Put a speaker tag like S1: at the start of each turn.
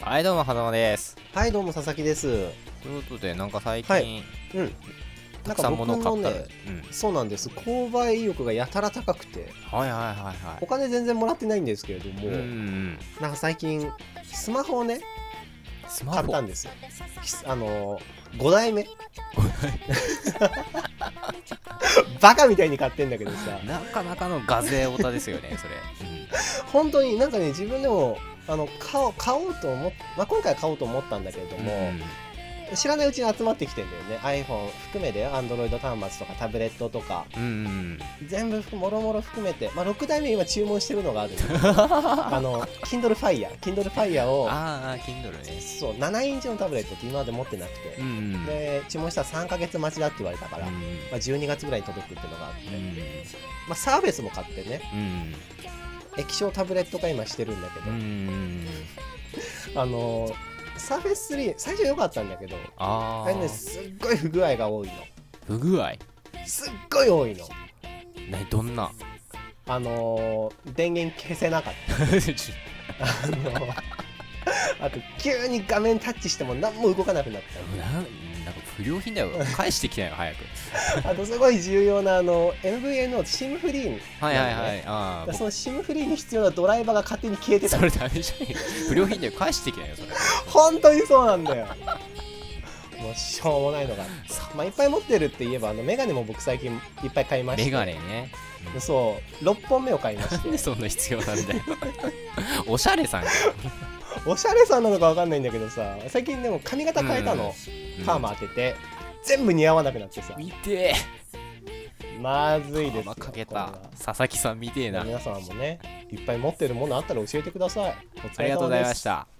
S1: はいどうもはざまです
S2: はいどうも佐々木です
S1: ということでなんか最近、
S2: はうん
S1: たくさん物を買った
S2: な
S1: り、
S2: んか僕のね
S1: うん、
S2: そうなんです購買意欲がやたら高くて
S1: はいはいはいはい
S2: お金全然もらってないんですけれども、
S1: うんうん
S2: なんか最近スマホをね
S1: スマ
S2: 買っ
S1: ホ
S2: たんですよひあのー、5代目 バカみたいに買ってんだけどさ
S1: なかなかのガゼオタですよねそれ、
S2: 本当になんかね自分でもあの買おう買おうと思っ、まあ、今回買おうと思ったんだけれど
S1: うん
S2: も、知らないうちに集まってきてんだよね iPhone 含めで Android 端末とかタブレットとか
S1: うんうんうん
S2: 全部もろもろ含めて、まあ、6代目今注文してるのがあるん だけどあの Kindle Fire Kindle Fire を
S1: ああ Kindle ね
S2: そう7インチのタブレットって今まで持ってなく
S1: う
S2: て、
S1: んうん
S2: で注文したら3ヶ月待ちだって言われたから、
S1: うん
S2: まあ、12月ぐらいに届くっていうのがあって、
S1: うん
S2: まあ、サービスも買ってね
S1: うん
S2: 液晶タブレット化今してるんだけ
S1: う
S2: ど、
S1: んうん
S2: あのサーフェス3最初良かったんだけど
S1: あ
S2: あ
S1: あ
S2: れねすっごい不具合が多いの
S1: 不具合
S2: すっごい多いの
S1: ねどんな
S2: あのー電源消せなかったあのあと急に画面タッチしても何も動かなくなっ
S1: なんなんか不良品だよ返してきたよ早く
S2: たあとすごい重要なあの MVNO SIM フリーに
S1: はい はいはいああ
S2: その SIM フリーに必要なドライバーが勝手に消えてた
S1: それダメじゃん不良品だよ返してきたよそれ
S2: 本当にそうなんだよもうしょうもないのが
S1: さ
S2: まあいっぱい持ってるって言えばあのメガネも僕最近いっぱい買いました
S1: メガネね
S2: そう6本目を買いまし
S1: なんで
S2: て
S1: そんな必要なんだよおしゃれさんか
S2: おしゃれさんなのかわかんないんだけどさ最近でも髪型変えたの、パーマ当てて全部似合わなくなってさ
S1: うん見て
S2: まず
S1: え
S2: いで
S1: パ
S2: すよ
S1: ーマかけ
S2: これは
S1: た佐々木さん見てえな
S2: 皆さんもねいっぱい持ってるものあったら教えてくださいお疲
S1: あり
S2: れ
S1: がとう
S2: 様
S1: ござい
S2: で
S1: まし
S2: す
S1: た